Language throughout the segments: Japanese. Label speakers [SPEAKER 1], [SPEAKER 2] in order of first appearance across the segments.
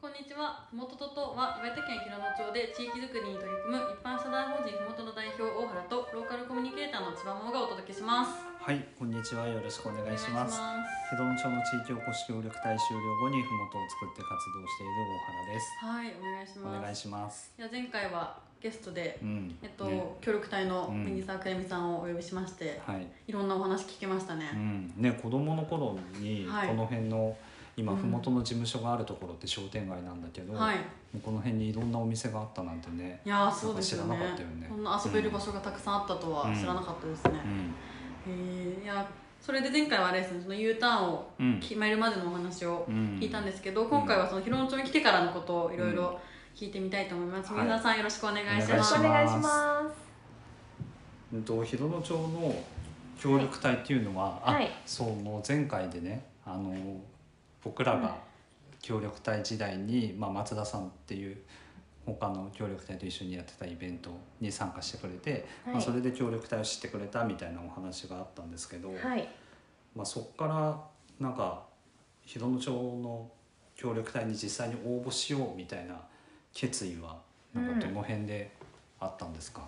[SPEAKER 1] こんにちは。ふもとととは岩手県平野町で地域づくりに取り組む一般社団法人ふもとの代表大原とローカルコミュニケーターの千葉桃がお届けします。
[SPEAKER 2] はい、こんにちは。よろしくお願いし
[SPEAKER 1] お願
[SPEAKER 2] ま
[SPEAKER 1] いし
[SPEAKER 2] す。
[SPEAKER 1] ま
[SPEAKER 2] ヘドン町の地域おこし協力隊終了後にふもとを作って活動している大原です。
[SPEAKER 1] すはい、お願いし
[SPEAKER 2] お願
[SPEAKER 1] ま
[SPEAKER 2] い
[SPEAKER 1] す。
[SPEAKER 2] します。
[SPEAKER 1] いや前回はゲストで、
[SPEAKER 2] うん。
[SPEAKER 1] えっと、
[SPEAKER 2] ね
[SPEAKER 1] 協力隊の
[SPEAKER 2] うん
[SPEAKER 1] ミニサークレミさんをお呼びしまして、
[SPEAKER 2] はい。
[SPEAKER 1] いろんなお話聞けました
[SPEAKER 2] う
[SPEAKER 1] ね。
[SPEAKER 2] ん。ね、子供の頃に
[SPEAKER 1] はい
[SPEAKER 2] この辺の今
[SPEAKER 1] うん
[SPEAKER 2] ふもとの事務所があるところって商店街なんだけど、
[SPEAKER 1] はい。
[SPEAKER 2] もうこの辺にいろんなお店があったなんてね。
[SPEAKER 1] いやーそうですよね
[SPEAKER 2] なんか知らなかったよね
[SPEAKER 1] こんな遊べる場所がたくさんあったとは知らなかったですね、
[SPEAKER 2] うん。
[SPEAKER 1] えーいやそれで前回はあれですねその U ターンを
[SPEAKER 2] うん。
[SPEAKER 1] 決めるまでのお話を
[SPEAKER 2] うん
[SPEAKER 1] 聞いたんですけど、今回はその広野町に来てからのことをいろいろ聞いてみたいと思います、
[SPEAKER 2] はい
[SPEAKER 1] 皆さんよろしくお願いし
[SPEAKER 2] お願
[SPEAKER 1] ま
[SPEAKER 2] いし
[SPEAKER 1] す
[SPEAKER 2] ます
[SPEAKER 3] お願いしま
[SPEAKER 2] うんと広野町の協力隊っていうのは、
[SPEAKER 3] はいはい
[SPEAKER 2] あそうもう前回でねあの僕らが協力隊時代に、まあ、松田さんっていう他の協力隊と一緒にやってたイベントに参加してくれて、
[SPEAKER 3] はい
[SPEAKER 2] まあ、それで協力隊を知ってくれたみたいなお話があったんですけど、
[SPEAKER 3] す。はい。
[SPEAKER 2] まあ、そこからなんか広野町の協力隊に実際に応募しようみたいな決意はなんかどの辺であったんですか、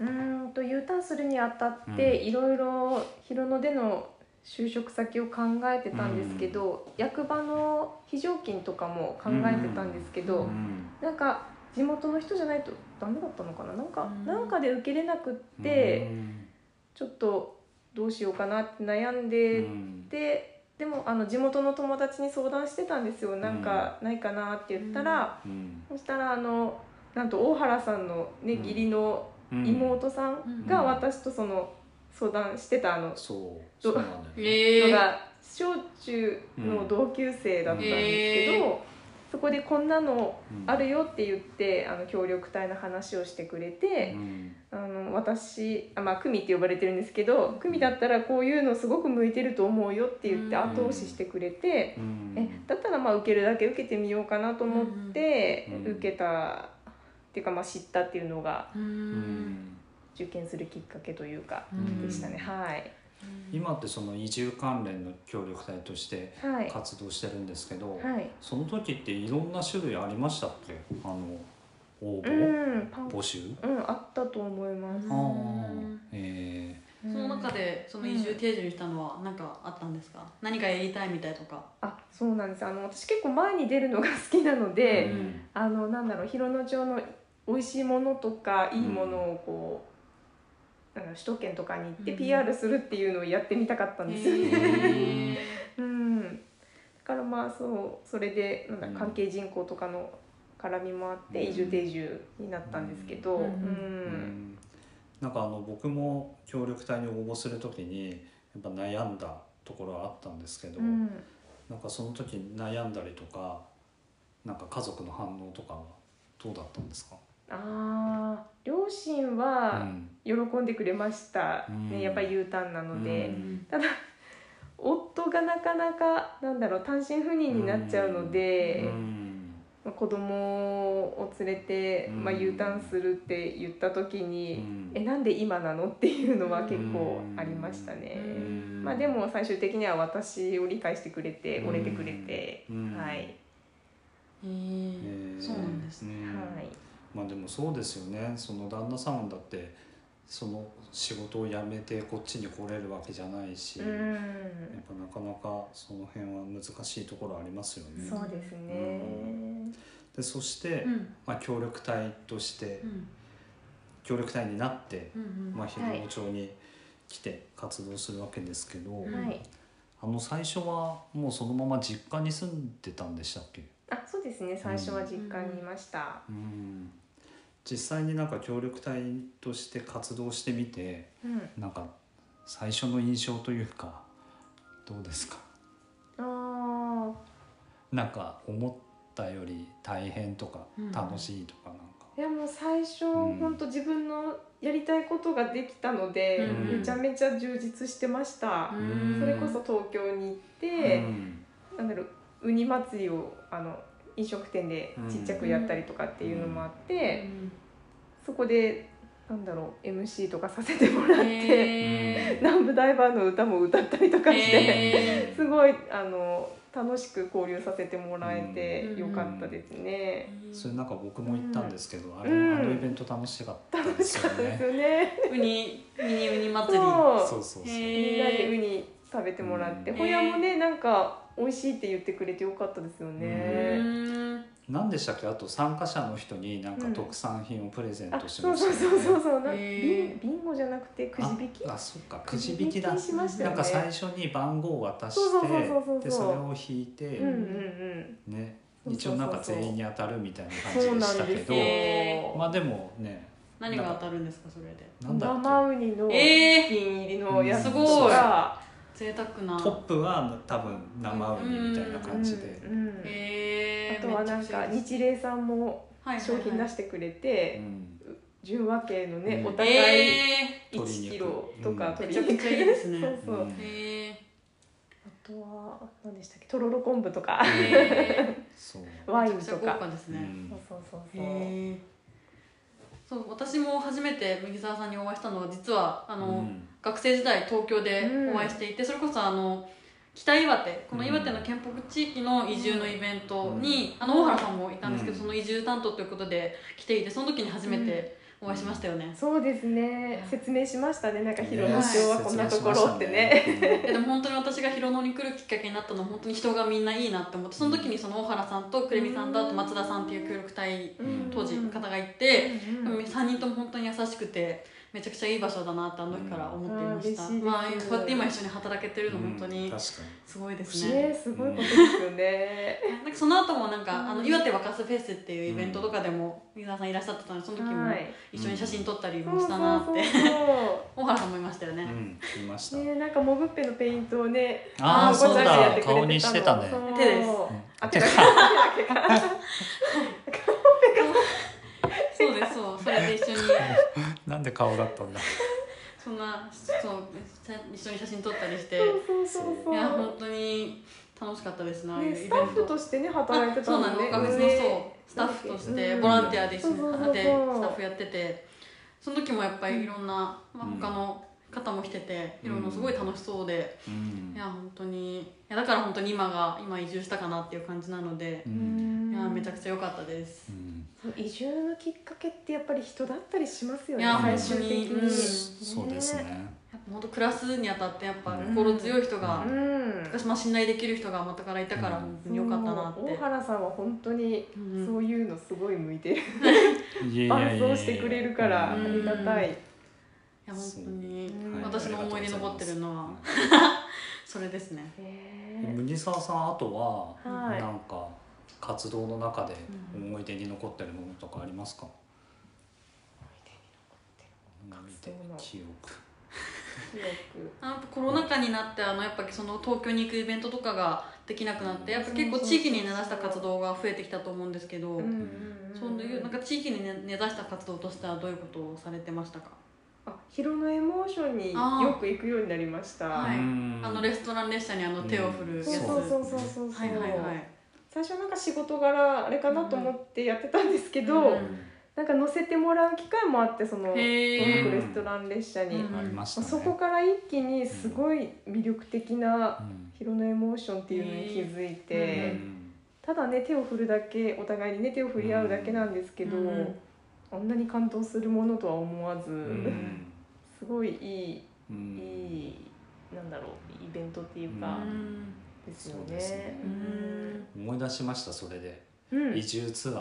[SPEAKER 3] うーんと U ターンするにあたって、いろいろ広野での就職先を考えてたんですけど、役場の非常勤とかも考えてたんですけど、
[SPEAKER 1] うん
[SPEAKER 3] なんか地元の人じゃないとダメだったのかななんか、
[SPEAKER 1] うん
[SPEAKER 3] なんかで受けれなく
[SPEAKER 2] う
[SPEAKER 3] っ
[SPEAKER 2] ん
[SPEAKER 3] て、
[SPEAKER 2] うん
[SPEAKER 3] ちょっとどうしようかなって悩ん
[SPEAKER 2] う
[SPEAKER 3] で
[SPEAKER 2] ん
[SPEAKER 3] ででもあの地元の友達に相談してたんですよなんかないかなって言ったら、
[SPEAKER 2] うん
[SPEAKER 3] そしたらあのなんと大原さんの、ね、
[SPEAKER 2] うん
[SPEAKER 3] 義理の
[SPEAKER 2] うん
[SPEAKER 3] 妹さんが
[SPEAKER 2] うん
[SPEAKER 3] 私とその相談してたあの
[SPEAKER 2] そうそ
[SPEAKER 3] ど
[SPEAKER 2] うなんだよ
[SPEAKER 1] え
[SPEAKER 2] ね、
[SPEAKER 3] 人
[SPEAKER 1] ー、
[SPEAKER 3] が小中の同級生だったんです
[SPEAKER 1] う
[SPEAKER 3] け
[SPEAKER 1] ん
[SPEAKER 3] どそこでこんなの
[SPEAKER 2] うん
[SPEAKER 3] あるよって言ってあの協力隊の話をしてくれて
[SPEAKER 2] うん
[SPEAKER 3] あの私あまあ組って呼ばれてるんですけど組だったらこういうのすごく向いてると思うよって言って
[SPEAKER 1] うん
[SPEAKER 3] 後押ししてくれて
[SPEAKER 2] うん
[SPEAKER 3] えだったらまあ受けるだけ受けてみようかなと思って
[SPEAKER 2] うん
[SPEAKER 3] 受けたっていうかまあ知ったっていうのが
[SPEAKER 1] うー
[SPEAKER 2] うんん
[SPEAKER 3] 受験するきっかけというか
[SPEAKER 1] うん
[SPEAKER 3] でしたねはい。
[SPEAKER 2] 今ってその移住関連の協力隊として
[SPEAKER 3] はい、
[SPEAKER 2] 活動してるんですけど、
[SPEAKER 3] はい、
[SPEAKER 2] その時っていろんな種類ありましたっけあの応
[SPEAKER 3] う
[SPEAKER 2] 募、
[SPEAKER 3] ん、パン
[SPEAKER 2] 募集、
[SPEAKER 3] うん、あったと思います。
[SPEAKER 2] あ
[SPEAKER 1] ん
[SPEAKER 2] ーえ
[SPEAKER 3] うん
[SPEAKER 1] その中でその移住定住したのは何かあったんですか何かやりたいみたいとか
[SPEAKER 3] あ、そうなんです。あの、私結構前に出るのが好きなの
[SPEAKER 2] ー
[SPEAKER 3] で、
[SPEAKER 2] うん
[SPEAKER 3] あの、なんだろう、広野町の美味しいものとか、いいものをこう。なんか首都圏とかに行って
[SPEAKER 1] うん
[SPEAKER 3] PR するっていうのをやってみたかったんですよ
[SPEAKER 1] へ
[SPEAKER 3] ね。
[SPEAKER 1] ー
[SPEAKER 3] うん、だからまあそうそれでなんだ
[SPEAKER 2] うん
[SPEAKER 3] 関係人口とかの絡みもあって
[SPEAKER 2] うん
[SPEAKER 3] 移住定住になったんですけど、
[SPEAKER 1] う
[SPEAKER 3] うん
[SPEAKER 2] う
[SPEAKER 3] ん
[SPEAKER 2] んなんかあの僕も協力隊に応募する時にやっぱ悩んだところはあったんですけど、
[SPEAKER 3] うん
[SPEAKER 2] なんかその時悩んだりとかなんか家族の反応とかはどうだったんですか、
[SPEAKER 3] ああ両親は、
[SPEAKER 2] うん
[SPEAKER 3] 喜んでくれました、
[SPEAKER 2] うん
[SPEAKER 3] ね、やっぱり U ターンなので、
[SPEAKER 2] うん
[SPEAKER 3] ただ夫がなかなかなんだろう単身赴任になっちゃうので、
[SPEAKER 2] うん
[SPEAKER 3] まあ子供を連れて、まあ、
[SPEAKER 2] うん
[SPEAKER 3] U ターンするって言った時
[SPEAKER 2] う
[SPEAKER 3] に、
[SPEAKER 2] ん
[SPEAKER 3] えなんで今なのっていうのは結構ありましたね、
[SPEAKER 1] うん
[SPEAKER 3] まあ、で、も最終的には私を理解してくれて
[SPEAKER 2] うん
[SPEAKER 3] 折れてくれて、
[SPEAKER 2] うん
[SPEAKER 3] はい、
[SPEAKER 1] へーそうなんですね
[SPEAKER 2] ね
[SPEAKER 3] はい
[SPEAKER 2] まあでもそうですよねその旦那さんだってその仕事を辞めてこっちに来れるわけじゃないし、
[SPEAKER 3] う
[SPEAKER 2] やっ
[SPEAKER 3] ん
[SPEAKER 2] ぱなかなかその辺は難しいところありますよね。
[SPEAKER 3] そうですね、
[SPEAKER 2] でそして、
[SPEAKER 1] うん
[SPEAKER 2] まあ、協力隊として
[SPEAKER 1] うん
[SPEAKER 2] 協力隊になって、
[SPEAKER 1] うんうん
[SPEAKER 2] まあ、広野町に来て活動するわけですけど、
[SPEAKER 1] うん
[SPEAKER 3] はい
[SPEAKER 2] あの最初はもうそのまま実家に住んでたんでしたっけ
[SPEAKER 3] あそうですね最初は実家にいました、
[SPEAKER 2] うん実際になんか協力隊として活動してみて
[SPEAKER 3] うん
[SPEAKER 2] なんか最初の印象というかどうですか
[SPEAKER 3] あ
[SPEAKER 2] なんか思ったより大変とか
[SPEAKER 1] うん
[SPEAKER 2] 楽しいとかなんか、
[SPEAKER 3] あいやもう最初、
[SPEAKER 2] うん
[SPEAKER 3] 本当自分のやりたいことができたので、
[SPEAKER 2] うん
[SPEAKER 3] めちゃめちゃ充実してました、
[SPEAKER 1] うん
[SPEAKER 3] それこそ東京に行って、なんだろうウニ祭りをあの飲食店でちっちゃくやったりとかっていうのもあっ
[SPEAKER 1] う
[SPEAKER 3] て、
[SPEAKER 1] ん
[SPEAKER 3] そこでなんだろう MC とかさせてもらって、
[SPEAKER 1] へー
[SPEAKER 3] 南部ダイバーの歌も歌ったりとかして、
[SPEAKER 1] へ
[SPEAKER 3] すごいあの楽しく交流させてもらえ
[SPEAKER 1] うん
[SPEAKER 3] てよかったですね。
[SPEAKER 2] それなんか僕も行ったんですけど、あれ
[SPEAKER 3] うん
[SPEAKER 2] あのイベント楽しかったで
[SPEAKER 3] 楽
[SPEAKER 2] すよ
[SPEAKER 3] しかったです
[SPEAKER 2] ね。
[SPEAKER 3] よね。
[SPEAKER 1] ウニミニウニ祭り
[SPEAKER 3] そ
[SPEAKER 2] そう
[SPEAKER 3] う。
[SPEAKER 2] そうそう。
[SPEAKER 1] へ
[SPEAKER 3] みんなでウニ食べてもらって、
[SPEAKER 2] うん
[SPEAKER 3] ホヤもねなんか美味しいって言ってくれてよかったですよ
[SPEAKER 1] う
[SPEAKER 3] ね。
[SPEAKER 1] ーん
[SPEAKER 2] 何でしたっけあと参加者の人になんか特産品をプレゼン
[SPEAKER 3] あ、
[SPEAKER 2] トし
[SPEAKER 3] そ
[SPEAKER 2] ま
[SPEAKER 3] う
[SPEAKER 2] した
[SPEAKER 3] そうそうそうそう。な
[SPEAKER 1] へ
[SPEAKER 3] ビ
[SPEAKER 1] ー
[SPEAKER 3] ンビンゴじゃなくてくじ引き。
[SPEAKER 2] ああそっかくじ引きだ
[SPEAKER 3] くじ引きしましたよ
[SPEAKER 2] な
[SPEAKER 3] ね。
[SPEAKER 2] んか最初に番号を渡して
[SPEAKER 3] そうそうそうそうそう
[SPEAKER 2] でそれを引いて、
[SPEAKER 3] うんうんうん。
[SPEAKER 2] ね
[SPEAKER 3] そうそうそう
[SPEAKER 2] 一応なんか全員に当たるみたいな感
[SPEAKER 3] そ
[SPEAKER 2] じ
[SPEAKER 3] う
[SPEAKER 2] で
[SPEAKER 3] な
[SPEAKER 2] し
[SPEAKER 3] ん
[SPEAKER 2] たけ
[SPEAKER 3] です
[SPEAKER 2] ど
[SPEAKER 3] よ。
[SPEAKER 2] まあでもね
[SPEAKER 1] 何が当たるんですかそれで
[SPEAKER 2] なんだ
[SPEAKER 3] 生
[SPEAKER 2] っ
[SPEAKER 3] ウニの
[SPEAKER 1] えー
[SPEAKER 3] 瓶入りのやつ
[SPEAKER 1] うんすごい
[SPEAKER 3] が、
[SPEAKER 1] 贅沢
[SPEAKER 2] け
[SPEAKER 1] な
[SPEAKER 2] トップは多分生ウニみたいな感じで、
[SPEAKER 3] うんうん
[SPEAKER 1] え
[SPEAKER 3] あ
[SPEAKER 1] ー
[SPEAKER 3] とはなんか
[SPEAKER 1] めっち
[SPEAKER 3] 日霊さんも
[SPEAKER 1] ゃ不思議です
[SPEAKER 3] 商品出
[SPEAKER 1] はいはいはい
[SPEAKER 3] してくれ
[SPEAKER 2] う
[SPEAKER 3] て
[SPEAKER 2] ん
[SPEAKER 3] 純和系のね
[SPEAKER 2] うん
[SPEAKER 3] お互い
[SPEAKER 1] え
[SPEAKER 2] 鶏
[SPEAKER 3] 1キロ
[SPEAKER 2] 肉
[SPEAKER 3] とか
[SPEAKER 1] うん
[SPEAKER 3] 鶏肉
[SPEAKER 1] めちゃくちゃいいですね
[SPEAKER 3] そうそう
[SPEAKER 2] うん
[SPEAKER 1] ーえ
[SPEAKER 3] あとは何でしたっけとろろ昆布とか
[SPEAKER 1] ーえ
[SPEAKER 2] そう、
[SPEAKER 1] ー
[SPEAKER 3] ワイン
[SPEAKER 1] めちゃ
[SPEAKER 3] と
[SPEAKER 1] くちゃ豪
[SPEAKER 3] か
[SPEAKER 1] 華です
[SPEAKER 2] う
[SPEAKER 1] ね
[SPEAKER 2] ん
[SPEAKER 3] そうそうそうそ
[SPEAKER 1] へ
[SPEAKER 3] う
[SPEAKER 1] ーそう私も初めて麦沢さんにお会いしたのは実はあの、
[SPEAKER 2] うん
[SPEAKER 1] 学生時代東京でお会いしていて、それこそあの北岩手この岩手の県北地域の移住のイベントに、あの大原さんもいたんですけど、
[SPEAKER 2] うん
[SPEAKER 1] その移住担当ということで来ていてその時に初めてお会いしましたよね、
[SPEAKER 3] そうですね説明しましたねなんか広野町 はこんなところって
[SPEAKER 2] は
[SPEAKER 3] ね
[SPEAKER 2] い説明しました
[SPEAKER 1] いや
[SPEAKER 2] ね
[SPEAKER 1] でも本当に私が広野に来るきっかけになったのは本当に人がみんないいなって思ってその時にその大原さんとくれみさんとあと松田さんっていう協力隊
[SPEAKER 2] うん
[SPEAKER 1] 当時の方
[SPEAKER 3] が
[SPEAKER 1] がいて、3人とも本当に優しくてめちゃくちゃいい場所だなってあの時から思っていました、
[SPEAKER 3] うん
[SPEAKER 1] まあ
[SPEAKER 3] あー嬉しいです
[SPEAKER 1] こうやって今一緒に働けてる
[SPEAKER 2] う
[SPEAKER 1] の
[SPEAKER 2] ん
[SPEAKER 1] 本当に
[SPEAKER 2] 確かに
[SPEAKER 1] すごいですね、
[SPEAKER 3] ねすごいことですよね
[SPEAKER 1] なんかその後もなんか、
[SPEAKER 3] うん
[SPEAKER 1] あの岩手若洲フェスっていうイベントとかでも水沢さんいらっしゃってたのでその時も
[SPEAKER 3] はい
[SPEAKER 1] 一緒に写真撮ったり
[SPEAKER 3] そ
[SPEAKER 1] も
[SPEAKER 3] う
[SPEAKER 1] し
[SPEAKER 3] そう
[SPEAKER 1] たなって、
[SPEAKER 3] そうそう
[SPEAKER 1] 大原さんもいましたよ ね、
[SPEAKER 2] うん、いました。
[SPEAKER 3] ねなんかモブッペのペイントをね
[SPEAKER 1] あ
[SPEAKER 2] あ
[SPEAKER 1] ー
[SPEAKER 2] あ、そ
[SPEAKER 3] ご
[SPEAKER 2] う
[SPEAKER 3] ちゃごちゃやっ
[SPEAKER 2] だ
[SPEAKER 3] て、くれて
[SPEAKER 2] 顔にしてたね。
[SPEAKER 3] の
[SPEAKER 1] 手です
[SPEAKER 3] そう
[SPEAKER 2] う
[SPEAKER 3] あ
[SPEAKER 2] ん
[SPEAKER 3] 手だけ手だけか
[SPEAKER 1] そうですそうそれで一緒に
[SPEAKER 2] なんで顔だったんだ。
[SPEAKER 1] そんなそうさ一緒に写真撮ったりして
[SPEAKER 3] そうそうそうそう
[SPEAKER 1] いや本当に楽しかったですねああいうイ
[SPEAKER 3] ね、
[SPEAKER 1] ベン
[SPEAKER 3] スタ
[SPEAKER 1] ト
[SPEAKER 3] ッフとしてね働いて
[SPEAKER 1] あそ
[SPEAKER 3] た
[SPEAKER 1] うなの
[SPEAKER 3] ね
[SPEAKER 1] 学生のそうスタッフとして
[SPEAKER 3] うん
[SPEAKER 1] ボランティアで一緒に
[SPEAKER 3] そうそうそう
[SPEAKER 1] でスタッフやっててその時もやっぱりいろんな、まあ、
[SPEAKER 2] うん
[SPEAKER 1] 他の方も来てていろんなすごい楽しそうで。
[SPEAKER 2] うん
[SPEAKER 1] いや本当にいやだから本当に今が今移住したかなっていう感じなので
[SPEAKER 2] う、ん
[SPEAKER 3] ん
[SPEAKER 1] いやめちゃくちゃ良かったです、
[SPEAKER 2] うん
[SPEAKER 3] 移住のきっかけってやっぱり人だったりしますよね
[SPEAKER 1] いや
[SPEAKER 3] 最終的に、
[SPEAKER 1] 本当にうん
[SPEAKER 2] そうですね。
[SPEAKER 1] やっぱ本当暮らすにあたってやっぱ
[SPEAKER 2] うん
[SPEAKER 1] 心強い人が
[SPEAKER 3] う、ん
[SPEAKER 1] 私も信頼できる人が元からいたから
[SPEAKER 2] うん
[SPEAKER 1] 本当に良かったなって、
[SPEAKER 3] そう大原さんは本当に
[SPEAKER 1] うん
[SPEAKER 3] そういうのすごい向いてる、
[SPEAKER 2] いやいや
[SPEAKER 3] 伴
[SPEAKER 2] いやいや
[SPEAKER 3] 奏してくれるからあ
[SPEAKER 1] うん
[SPEAKER 3] りがた
[SPEAKER 1] い
[SPEAKER 3] い、
[SPEAKER 1] や本当に
[SPEAKER 3] そう
[SPEAKER 1] うん
[SPEAKER 3] はい
[SPEAKER 1] 私の思い出に残ってるのは。それですね
[SPEAKER 3] へ
[SPEAKER 2] 麦沢さんあとは
[SPEAKER 3] えはい
[SPEAKER 2] なんか活動の中で思い出に残ってるものとかありますか？思い出記憶。
[SPEAKER 3] 強く
[SPEAKER 1] あやっぱコロナ禍になってあのやっぱその東京に行くイベントとかができなくなってやっぱ結構地域に根ざした活動が増えてきたと思うんですけど、
[SPEAKER 3] うんうん
[SPEAKER 1] そういうなんか地域に根根ざした活動としてはどういうことをされてましたか
[SPEAKER 3] あ広野エモーションによく行くようになりました
[SPEAKER 1] はい
[SPEAKER 2] うん
[SPEAKER 1] あのレストラン列車にあの手を振るやつ、
[SPEAKER 3] そうそうそうそうそうそ
[SPEAKER 1] は
[SPEAKER 3] う、
[SPEAKER 1] いはいはい
[SPEAKER 3] 最初なんか仕事柄あれかなと思ってやってたんですけど、
[SPEAKER 1] うん
[SPEAKER 3] なんか乗せてもらう機会もあってその
[SPEAKER 1] へ
[SPEAKER 3] 東
[SPEAKER 1] ー
[SPEAKER 3] 北レストラン列車に、
[SPEAKER 1] うん
[SPEAKER 3] ま
[SPEAKER 2] ありまし
[SPEAKER 3] あ
[SPEAKER 2] たね。
[SPEAKER 3] そこから一気にすごい魅力的な
[SPEAKER 2] うん
[SPEAKER 3] ヒロノエモーションっていうのに気づいて、
[SPEAKER 1] へー
[SPEAKER 3] ただね手を振るだけお互いにね手を振り合うだけなんですけど、
[SPEAKER 1] うん
[SPEAKER 3] あんなに感動するものとは思わず、
[SPEAKER 2] うん
[SPEAKER 3] すごいいい、
[SPEAKER 2] うんうん
[SPEAKER 3] いいなんだろうイベントっていうか、
[SPEAKER 1] うん
[SPEAKER 3] ですよ
[SPEAKER 2] そう
[SPEAKER 3] ね
[SPEAKER 2] ですね
[SPEAKER 1] う
[SPEAKER 3] うんん
[SPEAKER 2] 思い出しましたそれで。
[SPEAKER 3] うん
[SPEAKER 2] 移住ツアー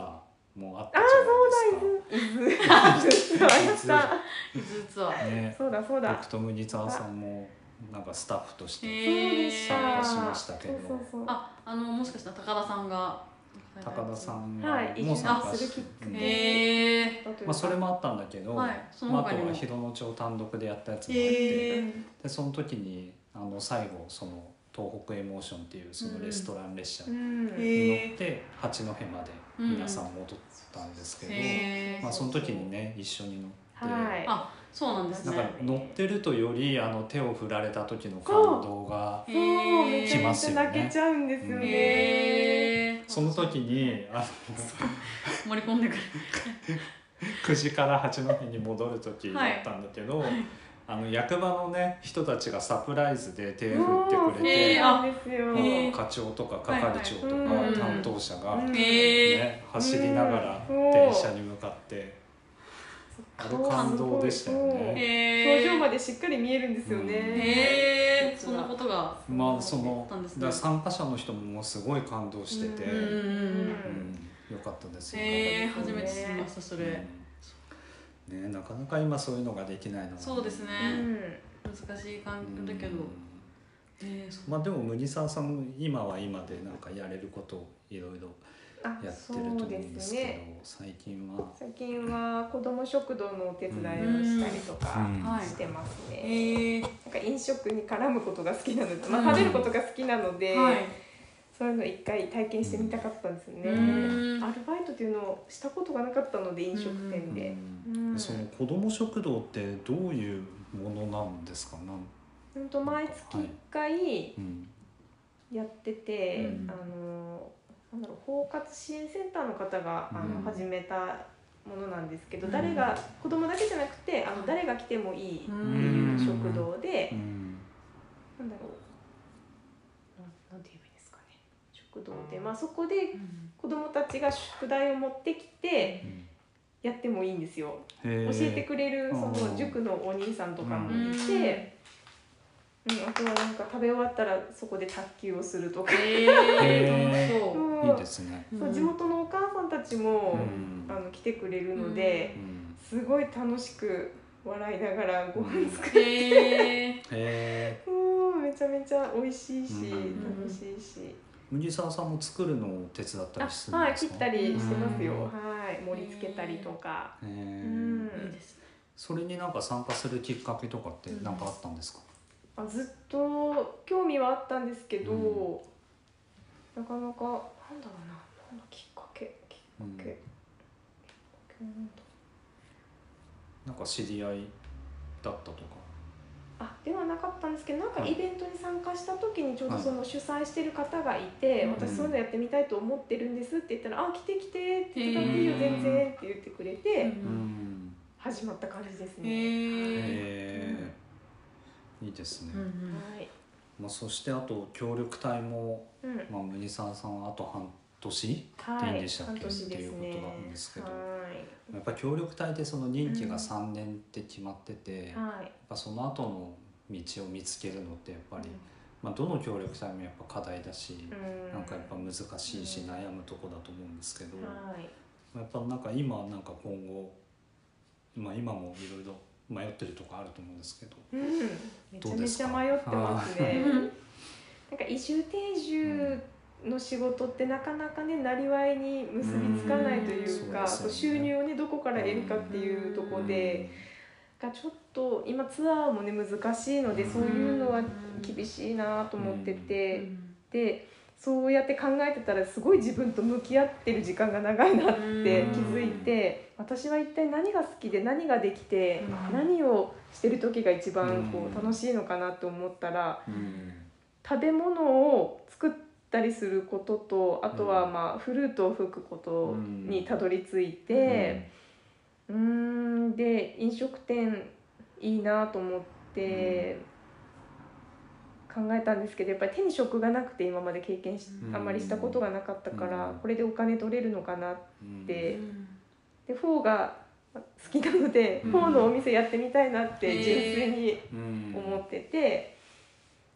[SPEAKER 2] もあっ
[SPEAKER 3] あ
[SPEAKER 2] た
[SPEAKER 3] あ
[SPEAKER 2] じ
[SPEAKER 3] そうだ伊豆伊豆 ありました
[SPEAKER 1] 実は
[SPEAKER 2] ゃないですか。ね、
[SPEAKER 3] そうだそうだ
[SPEAKER 2] 僕と麦沢さんもなんかスタッフとし
[SPEAKER 1] へ
[SPEAKER 2] て
[SPEAKER 1] ー
[SPEAKER 2] 参加しましたけど
[SPEAKER 3] そうそうそう
[SPEAKER 1] ああのもしかしたら高田さんが
[SPEAKER 2] 高田さんが
[SPEAKER 3] はい
[SPEAKER 2] もう参加
[SPEAKER 3] 移住
[SPEAKER 2] し
[SPEAKER 3] す
[SPEAKER 2] て
[SPEAKER 3] るきっか、け
[SPEAKER 1] へえ
[SPEAKER 2] うんまあそれもあったんだけど、
[SPEAKER 1] はいそ
[SPEAKER 2] ま
[SPEAKER 1] の
[SPEAKER 2] あ、あ
[SPEAKER 1] 他に
[SPEAKER 2] と
[SPEAKER 1] も
[SPEAKER 2] は広野町単独でやったやつもあって、
[SPEAKER 1] へえ
[SPEAKER 2] でその時にあの最後その東北エモーションっていうそのレストラン列車
[SPEAKER 3] う
[SPEAKER 2] に
[SPEAKER 3] ん
[SPEAKER 1] へ
[SPEAKER 2] 乗って八戸まで皆さん戻ったんですけど、
[SPEAKER 1] へえ
[SPEAKER 2] まあ、その時にね一緒に乗って。
[SPEAKER 3] はい
[SPEAKER 1] あそうなんです
[SPEAKER 2] なん
[SPEAKER 1] ね
[SPEAKER 2] か乗ってるとよりあの手を振られた時の感動が
[SPEAKER 1] へ
[SPEAKER 3] そうめちゃ
[SPEAKER 2] 来ま
[SPEAKER 3] め
[SPEAKER 2] す
[SPEAKER 3] ち
[SPEAKER 2] よ
[SPEAKER 3] ゃ
[SPEAKER 2] ね
[SPEAKER 3] 泣けちゃうんですよ
[SPEAKER 1] へ
[SPEAKER 3] ね
[SPEAKER 1] え
[SPEAKER 2] その時にあの
[SPEAKER 1] 盛り込んでくれ
[SPEAKER 2] 9時から8の日に戻る時だったんだけど、あの役場のね人たちがサプライズで手振ってくれ
[SPEAKER 1] へえ
[SPEAKER 2] て
[SPEAKER 3] そうなんですよ、
[SPEAKER 1] へえ
[SPEAKER 2] 課長とか係長とか
[SPEAKER 3] はい
[SPEAKER 1] はい
[SPEAKER 2] 担当者が、
[SPEAKER 3] うん
[SPEAKER 2] ね
[SPEAKER 1] ええ
[SPEAKER 2] 走りながら
[SPEAKER 3] うん
[SPEAKER 2] 電車に向かってあ
[SPEAKER 3] そ
[SPEAKER 2] れ
[SPEAKER 3] っか
[SPEAKER 2] 感動でしたよ
[SPEAKER 1] ー、
[SPEAKER 2] ね。
[SPEAKER 3] 表情ま
[SPEAKER 1] で
[SPEAKER 3] でしっかり見えるんですよね、
[SPEAKER 2] うん
[SPEAKER 1] へえー、そんなことが
[SPEAKER 2] まあそ
[SPEAKER 1] あ
[SPEAKER 2] の
[SPEAKER 1] ったんです
[SPEAKER 2] だ
[SPEAKER 1] ね
[SPEAKER 2] から参加者の人ももうすごい感動してて、
[SPEAKER 1] う
[SPEAKER 3] うん
[SPEAKER 1] うん
[SPEAKER 2] う
[SPEAKER 1] うん
[SPEAKER 3] うん
[SPEAKER 2] よかったですよ。
[SPEAKER 1] えー、
[SPEAKER 2] よかった
[SPEAKER 1] 初め
[SPEAKER 2] で
[SPEAKER 1] て
[SPEAKER 2] す
[SPEAKER 1] 知りましたそれ、
[SPEAKER 2] うんねなかなか今そういうのができないのは
[SPEAKER 1] そうですね、
[SPEAKER 3] うん
[SPEAKER 1] 難しい環
[SPEAKER 2] うん
[SPEAKER 1] 境だけど、えーそう
[SPEAKER 2] まあでも麦沢さんも今は今でなんかやれることをいろいろ
[SPEAKER 3] あ
[SPEAKER 2] やって
[SPEAKER 3] そ
[SPEAKER 2] ると思う
[SPEAKER 3] うんで
[SPEAKER 2] です
[SPEAKER 3] す
[SPEAKER 2] けど
[SPEAKER 3] ね
[SPEAKER 2] 最近は、
[SPEAKER 3] 最近は子ども食堂のお手伝いをしたりとか
[SPEAKER 2] うん
[SPEAKER 1] はい
[SPEAKER 3] してますね、
[SPEAKER 1] えー
[SPEAKER 3] なんか飲食に絡むことが好きなので、
[SPEAKER 1] うん
[SPEAKER 3] まあ、食べることが好きなので、
[SPEAKER 1] はい
[SPEAKER 3] そういうの一回体験してみたかったんですよね、
[SPEAKER 1] うん
[SPEAKER 3] アルバイトっていうのをしたことがなかったので飲食店で、
[SPEAKER 2] うん
[SPEAKER 3] うん
[SPEAKER 2] その子ども食堂ってどういうものなんですかなん、
[SPEAKER 3] ほんと毎月1回
[SPEAKER 2] うん
[SPEAKER 3] やってて、
[SPEAKER 2] うん
[SPEAKER 3] あのなんだろう包括支援センターの方があの、
[SPEAKER 2] うん
[SPEAKER 3] 始めたものなんですけど、
[SPEAKER 1] うん
[SPEAKER 3] 誰が子供だけじゃなくてあの誰が来てもいいっていう食堂で、
[SPEAKER 2] うん
[SPEAKER 3] なんだろうななんて言えばいいんですかね食堂で、まあ、そこで子供たちが宿題を持ってきて
[SPEAKER 2] うん
[SPEAKER 3] やってもいいんですよ。
[SPEAKER 2] へー
[SPEAKER 3] 教えてくれるそ
[SPEAKER 2] うん
[SPEAKER 3] の塾のお兄さんとかも
[SPEAKER 1] うん
[SPEAKER 3] いて、うん、あとはなんか食べ終わったらそこで卓球をするとか、
[SPEAKER 1] えー、楽し
[SPEAKER 3] もう
[SPEAKER 2] いいですね。
[SPEAKER 1] そう
[SPEAKER 3] そう地元のお母さんたちも、
[SPEAKER 2] うん
[SPEAKER 3] あの来てくれるので
[SPEAKER 2] う、ん
[SPEAKER 3] すごい楽しく笑いながらご飯作る、
[SPEAKER 1] へえ
[SPEAKER 2] へえ
[SPEAKER 3] うん、めちゃめちゃ美味しいし、
[SPEAKER 2] うん
[SPEAKER 3] 楽しいし、
[SPEAKER 2] 麦沢さんも作るのを手伝ったりす
[SPEAKER 3] あ
[SPEAKER 2] るん
[SPEAKER 3] はい
[SPEAKER 2] です
[SPEAKER 3] 切っ
[SPEAKER 2] か。
[SPEAKER 3] たりしてますよ、
[SPEAKER 2] うん
[SPEAKER 3] はい盛り付けたりとか、
[SPEAKER 2] へ
[SPEAKER 3] う
[SPEAKER 2] ー
[SPEAKER 3] ん
[SPEAKER 1] ー、いいですね
[SPEAKER 2] それになんか参加するきっかけとかって何かあったんですか。
[SPEAKER 3] あずっと興味はあったんですけど、
[SPEAKER 2] う
[SPEAKER 3] なかなかなんだろうななんだきっかけきっ
[SPEAKER 2] う
[SPEAKER 3] か
[SPEAKER 2] ん
[SPEAKER 3] け、なんだ
[SPEAKER 2] なんか知り合いだったとか。
[SPEAKER 3] あではなかったんですけどなんか
[SPEAKER 2] はい
[SPEAKER 3] イベントに参加した時にちょうど
[SPEAKER 2] はい
[SPEAKER 3] その主催してる方がいて、
[SPEAKER 1] うん
[SPEAKER 3] 私そういうのやってみたいと思ってるんですって言ったら「あ来て来て」って言って「いいよ
[SPEAKER 1] へー
[SPEAKER 3] 全然」って言ってくれ
[SPEAKER 1] う
[SPEAKER 3] て
[SPEAKER 1] ん
[SPEAKER 3] 始まった感じです
[SPEAKER 1] へ
[SPEAKER 3] ね。
[SPEAKER 1] え
[SPEAKER 2] へえいいですね。
[SPEAKER 3] はい
[SPEAKER 2] まあそしてあと協力隊も
[SPEAKER 3] うん
[SPEAKER 2] まあ麦沢さんはあと半年
[SPEAKER 3] はい
[SPEAKER 2] いいんでしたっけ
[SPEAKER 3] 半年ですね
[SPEAKER 2] っていうことなんですけど
[SPEAKER 3] はい
[SPEAKER 2] やっぱ協力隊でその任期が3年って決まってて、やっ
[SPEAKER 3] はい
[SPEAKER 2] ぱその後の道を見つけるのってやっぱり、まあ、どの協力隊もやっぱ課題だし、
[SPEAKER 3] うん
[SPEAKER 2] なんかやっぱ難しいし悩むとこだと思うんですけど、
[SPEAKER 3] はい
[SPEAKER 2] やっぱなんか今なんか今後、まあ、今もいろいろ迷ってるとこあると思うんですけど、
[SPEAKER 3] うん、めちゃめちゃ迷ってます
[SPEAKER 1] う
[SPEAKER 3] ね。
[SPEAKER 1] ん
[SPEAKER 3] なんか移住定住の仕事ってなかなかねなりわいに結びつかないというか、
[SPEAKER 2] うん
[SPEAKER 3] こう収入をねどこから得るかっていうところで、がちょっと今ツアーもね難しいので、
[SPEAKER 2] うん
[SPEAKER 3] そういうのは厳しいなと思ってて、でそうやって考えてたらすごい自分と向き合ってる時間が長いなって気づいて、私は一体何が好きで何ができて、
[SPEAKER 1] うん
[SPEAKER 3] 何をしてる時が一番
[SPEAKER 2] う
[SPEAKER 3] こ
[SPEAKER 2] ん
[SPEAKER 3] う楽しいのかなと思ったら。
[SPEAKER 2] うん
[SPEAKER 3] 食べ物を作ったりすることとあとはまあフルートを吹くことにたどり着いてうんんで飲食店いいなと思って考えたんですけどやっぱり手に職がなくて今まで経験し
[SPEAKER 2] うん
[SPEAKER 3] あんまりしたことがなかったか
[SPEAKER 2] う
[SPEAKER 3] ら
[SPEAKER 2] ん
[SPEAKER 3] これでお金取れるのかな
[SPEAKER 2] うん
[SPEAKER 3] ででフォーが好きなので
[SPEAKER 2] うん
[SPEAKER 3] フォーのお店やってみたいなって純粋に
[SPEAKER 2] うん
[SPEAKER 3] 思ってて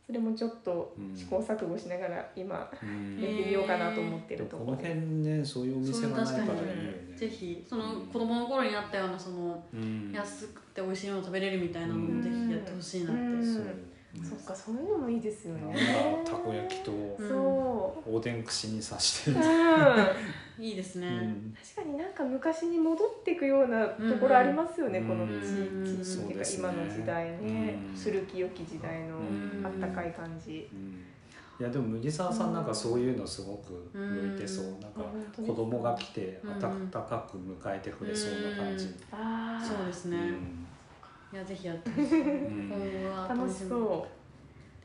[SPEAKER 3] それもちょっと試行錯誤しながら今
[SPEAKER 2] うん
[SPEAKER 3] やってみようかなと思ってると
[SPEAKER 2] こ
[SPEAKER 3] こ
[SPEAKER 2] の
[SPEAKER 3] ろで
[SPEAKER 2] 辺ねそういうお店がないからいいよね
[SPEAKER 1] ぜひその子供の頃にあったようなその
[SPEAKER 2] うん
[SPEAKER 1] 安くて美味しいもの食べれるみたいなのもぜひやってほしいなって、
[SPEAKER 3] うん
[SPEAKER 2] そう
[SPEAKER 3] そっかそういうのもいいですよ
[SPEAKER 2] なん
[SPEAKER 3] ね
[SPEAKER 2] かたこ焼きと
[SPEAKER 1] ん
[SPEAKER 3] そ
[SPEAKER 2] おでん串に刺して
[SPEAKER 3] う、うん、確
[SPEAKER 1] いいですね、
[SPEAKER 2] うん
[SPEAKER 3] かになんか昔に戻っていくようなところありますよね、
[SPEAKER 2] うん
[SPEAKER 3] この地
[SPEAKER 1] うん
[SPEAKER 3] 地域っていうか今の時代ね、
[SPEAKER 2] うん
[SPEAKER 3] 古き良き時代の
[SPEAKER 2] うん
[SPEAKER 3] あったかい感じ、
[SPEAKER 2] うんいやでも麦沢さんなんかそういうのすごく向いてそう、
[SPEAKER 1] うん
[SPEAKER 2] なんか
[SPEAKER 3] あ本
[SPEAKER 2] 子
[SPEAKER 3] 当ですか
[SPEAKER 2] 供が来て
[SPEAKER 1] うん
[SPEAKER 2] 温かく迎えてくれそうな感じ、
[SPEAKER 3] あ
[SPEAKER 1] そうです
[SPEAKER 2] うん
[SPEAKER 1] ね、いやぜひやってほしい
[SPEAKER 2] うん
[SPEAKER 1] 今後は
[SPEAKER 3] あ楽し
[SPEAKER 1] み
[SPEAKER 3] そ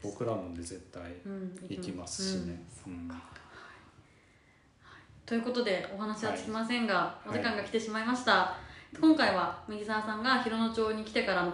[SPEAKER 2] 僕らもで絶対
[SPEAKER 1] うん
[SPEAKER 2] 行きますしね、うん
[SPEAKER 1] ということでお話はつきませんが、
[SPEAKER 2] い
[SPEAKER 1] お時間が来てしまいました、今回は麦沢さんが広野町に来てからの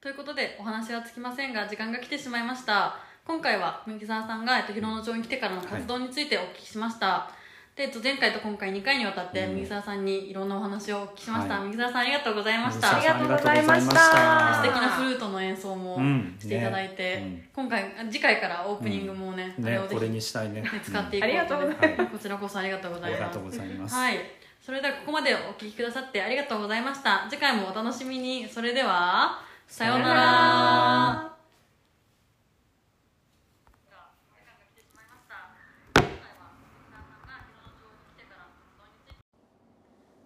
[SPEAKER 1] ということでお話はつきませんが時間が来てしまいました今回は麦沢さんが、えっと、広野町に来てからの活動についてお聞きしました、でえっと、前回と今回2回にわたって
[SPEAKER 2] うん
[SPEAKER 1] 麦沢さんにいろんなお話をお聞きしました、
[SPEAKER 2] はい
[SPEAKER 1] 麦沢さんありがとうございまし
[SPEAKER 2] 麦沢
[SPEAKER 1] た
[SPEAKER 2] さん
[SPEAKER 3] ありがとうございま
[SPEAKER 2] あ
[SPEAKER 3] した
[SPEAKER 1] 素
[SPEAKER 2] りがとうございました
[SPEAKER 1] 敵なフルートの演奏も
[SPEAKER 2] うん
[SPEAKER 1] していただいて、
[SPEAKER 2] ね
[SPEAKER 1] 今回あ次回からオープニングもね,、あれ
[SPEAKER 2] ね
[SPEAKER 1] をぜ
[SPEAKER 2] こ
[SPEAKER 1] ひ、
[SPEAKER 2] れ
[SPEAKER 1] ね、
[SPEAKER 2] にしたいね
[SPEAKER 1] 使っていこ
[SPEAKER 3] ありが
[SPEAKER 1] う
[SPEAKER 3] とうござい
[SPEAKER 2] ます
[SPEAKER 1] こちらこそありがとうご
[SPEAKER 2] うん
[SPEAKER 1] ざ
[SPEAKER 2] あ
[SPEAKER 1] い
[SPEAKER 2] りが
[SPEAKER 1] ま
[SPEAKER 2] と
[SPEAKER 1] す
[SPEAKER 2] うございます、
[SPEAKER 1] はいそれではここまでお聞きくださってありがとうございました次回もお楽しみにそれではさような
[SPEAKER 3] さような
[SPEAKER 1] ら
[SPEAKER 3] ら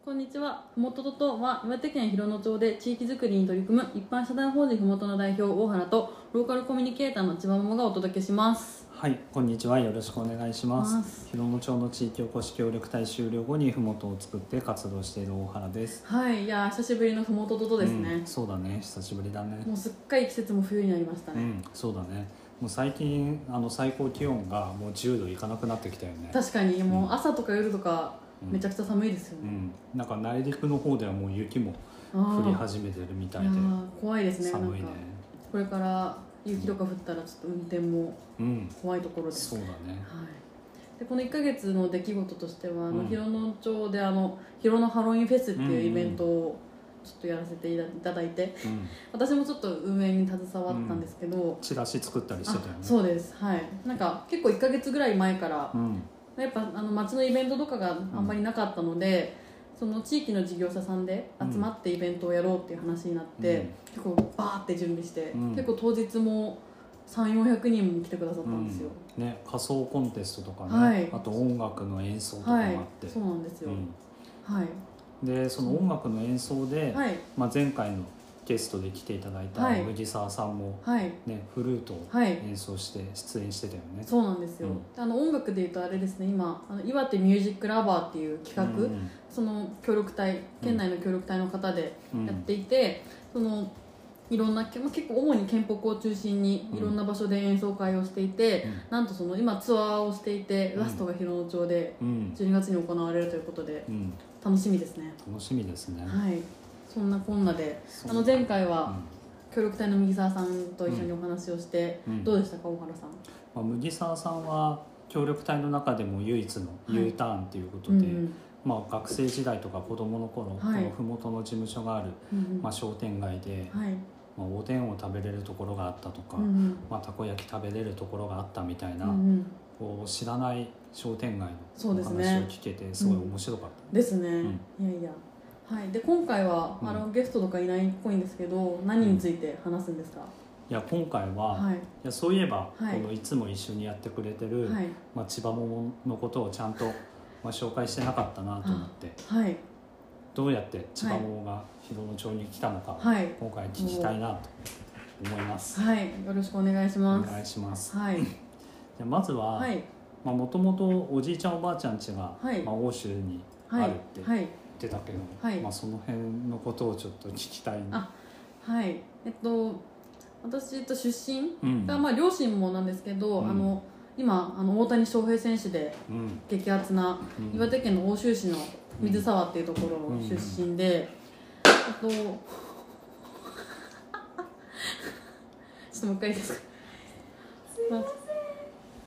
[SPEAKER 1] こんにちは。ふもとととは岩手県広野町で地域づくりに取り組む一般社団法人ふもとの代表大原とローカルコミュニケーターの千葉桃がお届けします。
[SPEAKER 2] はい、こんにちは。よろしくお願いしま
[SPEAKER 1] ます
[SPEAKER 2] す。広野町の地域おこし協力隊終了後にふもとを作って活動している大原です。
[SPEAKER 1] はい、いやー久しぶりのふもとととです
[SPEAKER 2] う
[SPEAKER 1] ね
[SPEAKER 2] ん、。そうだね。久しぶりだね。
[SPEAKER 1] もうすっかり季節も冬になりました
[SPEAKER 2] う
[SPEAKER 1] ね。
[SPEAKER 2] ん、そうだね。もう最近あの最高気温がもう10度いかなくなってきたよね。
[SPEAKER 1] 確かにもう朝とか夜とか
[SPEAKER 2] うん
[SPEAKER 1] めちゃくちゃ寒いですよ
[SPEAKER 2] う
[SPEAKER 1] ね。
[SPEAKER 2] ん、なんか内陸の方ではもう雪も
[SPEAKER 1] あー
[SPEAKER 2] 降り始めてるみたいで
[SPEAKER 1] いやー怖いですね。
[SPEAKER 2] 寒
[SPEAKER 1] なん
[SPEAKER 2] いね
[SPEAKER 1] か。これから雪とか降ったらちょっと運転も
[SPEAKER 2] うん、
[SPEAKER 1] 怖いところです。
[SPEAKER 2] そうだね。
[SPEAKER 1] はい、でこの1か月の出来事としては、あ
[SPEAKER 2] う
[SPEAKER 1] の
[SPEAKER 2] ん
[SPEAKER 1] 広野町であの広野ハロウィンフェスって
[SPEAKER 2] うんうん
[SPEAKER 1] いうイベントをちょっとやらせていただいて、
[SPEAKER 2] うん、
[SPEAKER 1] 私もちょっと運営に携わったんですけど、
[SPEAKER 2] チラシ作ったりしてたよ
[SPEAKER 1] あ
[SPEAKER 2] ね。
[SPEAKER 1] そうですはいなんか結構1か月ぐらい前から
[SPEAKER 2] う、ん、
[SPEAKER 1] やっぱあの町のイベントとかがあんまりなかったので、その地域の事業者さんで集まってイベントをやろうっていう話になって、
[SPEAKER 2] うん
[SPEAKER 1] 結構バーって準備して、
[SPEAKER 2] うん
[SPEAKER 1] 結構当日も3400人も来てくださったんですよ、
[SPEAKER 2] うんね、仮装コンテストとかね、
[SPEAKER 1] はい
[SPEAKER 2] あと音楽の演奏とかもあ
[SPEAKER 1] は
[SPEAKER 2] っ
[SPEAKER 1] い
[SPEAKER 2] て、
[SPEAKER 1] そうなんですよ、
[SPEAKER 2] うん
[SPEAKER 1] はい
[SPEAKER 2] でその音楽の演奏で、
[SPEAKER 1] はい
[SPEAKER 2] まあ、前回のゲストで来ていただいた
[SPEAKER 1] はい
[SPEAKER 2] 麦沢さんも、
[SPEAKER 1] はい
[SPEAKER 2] ね、フルートを
[SPEAKER 1] はい
[SPEAKER 2] 演奏して出演してたよね。
[SPEAKER 1] そうなんですよ、
[SPEAKER 2] うん
[SPEAKER 1] であの音楽でいうとあれですね今あの岩手ミュージックラバーっていう企画、
[SPEAKER 2] うん
[SPEAKER 1] その協力隊県内の協力隊の方で
[SPEAKER 2] うん
[SPEAKER 1] やっていて、そのいろんな、けまあ、結構主に県北を中心に
[SPEAKER 2] うん
[SPEAKER 1] いろんな場所で演奏会をしていて、
[SPEAKER 2] うん
[SPEAKER 1] なんとその今ツアーをしていて、
[SPEAKER 2] うん
[SPEAKER 1] ラストが広野町で
[SPEAKER 2] うん
[SPEAKER 1] 12月に行われるということで
[SPEAKER 2] うん、
[SPEAKER 1] 楽しみですね、
[SPEAKER 2] 楽しみですね。
[SPEAKER 1] はいそんなこんなで
[SPEAKER 2] そう
[SPEAKER 1] あの前回は協力隊の右沢さんと一緒にお話をして、
[SPEAKER 2] うん
[SPEAKER 1] どうでしたか大原さん
[SPEAKER 2] まあ、麦沢さんは協力隊の中でも唯一の U ターンということ
[SPEAKER 1] う
[SPEAKER 2] で、
[SPEAKER 1] んうん
[SPEAKER 2] まあ、学生時代とか子どもの頃、
[SPEAKER 1] はい
[SPEAKER 2] この麓の事務所がある、
[SPEAKER 1] うんうん
[SPEAKER 2] まあ、商店街で、
[SPEAKER 1] はい
[SPEAKER 2] まあ、おでんを食べれるところがあったとか、
[SPEAKER 1] うんうん
[SPEAKER 2] まあ、たこ焼き食べれるところがあったみたいな、
[SPEAKER 1] うんうん
[SPEAKER 2] こう知らない商店街
[SPEAKER 1] そう
[SPEAKER 2] の
[SPEAKER 1] で
[SPEAKER 2] お
[SPEAKER 1] すね
[SPEAKER 2] 話を聞けてすごい面白かっ
[SPEAKER 1] ですね、
[SPEAKER 2] ん
[SPEAKER 1] いやいやはいで今回は、
[SPEAKER 2] うん
[SPEAKER 1] あのゲストとかいないっぽいんですけど何について話すんですか、
[SPEAKER 2] た、いや今回は、い、
[SPEAKER 1] はい
[SPEAKER 2] やそういえば、
[SPEAKER 1] はい
[SPEAKER 2] このいつも一緒にやってくれてる、
[SPEAKER 1] はい
[SPEAKER 2] まあ、千葉桃のことをちゃんと、まあ、紹介してなかったなと思って
[SPEAKER 1] はい
[SPEAKER 2] どうやって千葉桃が広野町に来たのか、
[SPEAKER 1] はい
[SPEAKER 2] 今回聞きたいなと思います。
[SPEAKER 1] はいよろしくお願いしま
[SPEAKER 2] お
[SPEAKER 1] す
[SPEAKER 2] 願いします
[SPEAKER 1] はい
[SPEAKER 2] じゃあまずは、
[SPEAKER 1] はい
[SPEAKER 2] まあ、もともとおじいちゃんおばあちゃん家が、
[SPEAKER 1] はい
[SPEAKER 2] まあ、欧州に
[SPEAKER 1] は
[SPEAKER 2] あ
[SPEAKER 1] い
[SPEAKER 2] るって
[SPEAKER 1] はい
[SPEAKER 2] 言ってたけど、
[SPEAKER 1] はい
[SPEAKER 2] まあ、その辺のことをちょっと聞きたい
[SPEAKER 1] あはいえっと私えっと出身
[SPEAKER 2] うん
[SPEAKER 1] が、まあ両親もなんですけど、
[SPEAKER 2] うん
[SPEAKER 1] あの今あの大谷翔平選手で
[SPEAKER 2] うん
[SPEAKER 1] 激アツな
[SPEAKER 2] うん
[SPEAKER 1] 岩手県の奥州市の水沢っていうところの出身で、あと ちょっともう一回いいですかまあ